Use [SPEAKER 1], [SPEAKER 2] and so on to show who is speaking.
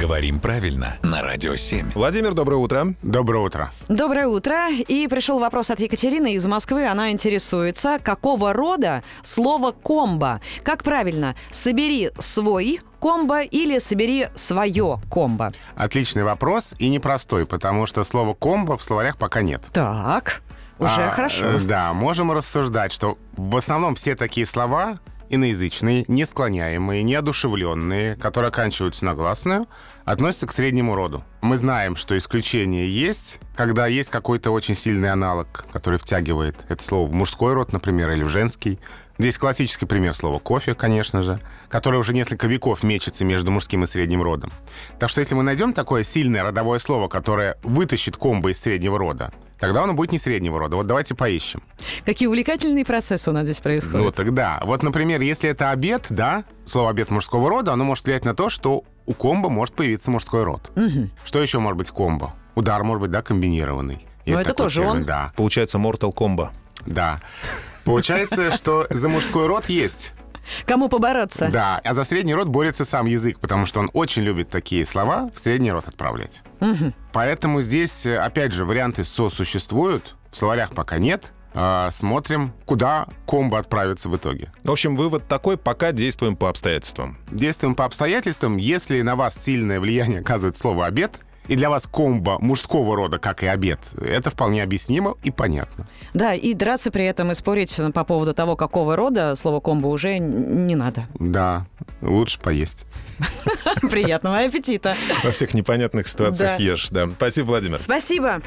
[SPEAKER 1] Говорим правильно на Радио 7.
[SPEAKER 2] Владимир, доброе утро.
[SPEAKER 3] Доброе утро.
[SPEAKER 4] Доброе утро. И пришел вопрос от Екатерины из Москвы. Она интересуется, какого рода слово «комбо». Как правильно, собери свой комбо или собери свое комбо.
[SPEAKER 3] Отличный вопрос и непростой, потому что слова «комбо» в словарях пока нет.
[SPEAKER 4] Так, уже
[SPEAKER 3] А,
[SPEAKER 4] хорошо.
[SPEAKER 3] э, Да, можем рассуждать, что в основном все такие слова иноязычные, несклоняемые, неодушевленные, которые оканчиваются на гласную, относятся к среднему роду. Мы знаем, что исключение есть, когда есть какой-то очень сильный аналог, который втягивает это слово в мужской род, например, или в женский. Здесь классический пример слова «кофе», конечно же, которое уже несколько веков мечется между мужским и средним родом. Так что если мы найдем такое сильное родовое слово, которое вытащит комбо из среднего рода, тогда оно будет не среднего рода. Вот давайте поищем.
[SPEAKER 4] Какие увлекательные процессы у нас здесь
[SPEAKER 3] Ну
[SPEAKER 4] происходят.
[SPEAKER 3] тогда, вот, например, если это обед, да, слово обед мужского рода, оно может влиять на то, что у комбо может появиться мужской род. Что еще может быть комбо? Удар может быть, да, комбинированный. Есть
[SPEAKER 4] Ну, это
[SPEAKER 3] такой
[SPEAKER 4] тоже он.
[SPEAKER 3] Да,
[SPEAKER 2] Получается, Mortal Kombat.
[SPEAKER 3] да. Получается, что за мужской род есть.
[SPEAKER 4] Кому побороться?
[SPEAKER 3] Да, а за средний род борется сам язык, потому что он очень любит такие слова в средний род отправлять. Поэтому здесь, э, опять же, варианты сосуществуют, в словарях пока нет. А, Смотрим, куда комбо отправится в итоге.
[SPEAKER 2] В общем, вывод такой, пока действуем по обстоятельствам.
[SPEAKER 3] Действуем по обстоятельствам. Если на вас сильное влияние оказывает слово «обед», и для вас комбо мужского рода, как и обед, это вполне объяснимо и понятно.
[SPEAKER 4] Да, и драться при этом и спорить э, по поводу того, какого рода слово «комбо» уже н- не надо.
[SPEAKER 3] Да, лучше поесть.
[SPEAKER 4] Приятного аппетита.
[SPEAKER 2] Во всех непонятных ситуациях
[SPEAKER 4] Да.
[SPEAKER 2] ешь, да. Спасибо, Владимир.
[SPEAKER 4] Спасибо.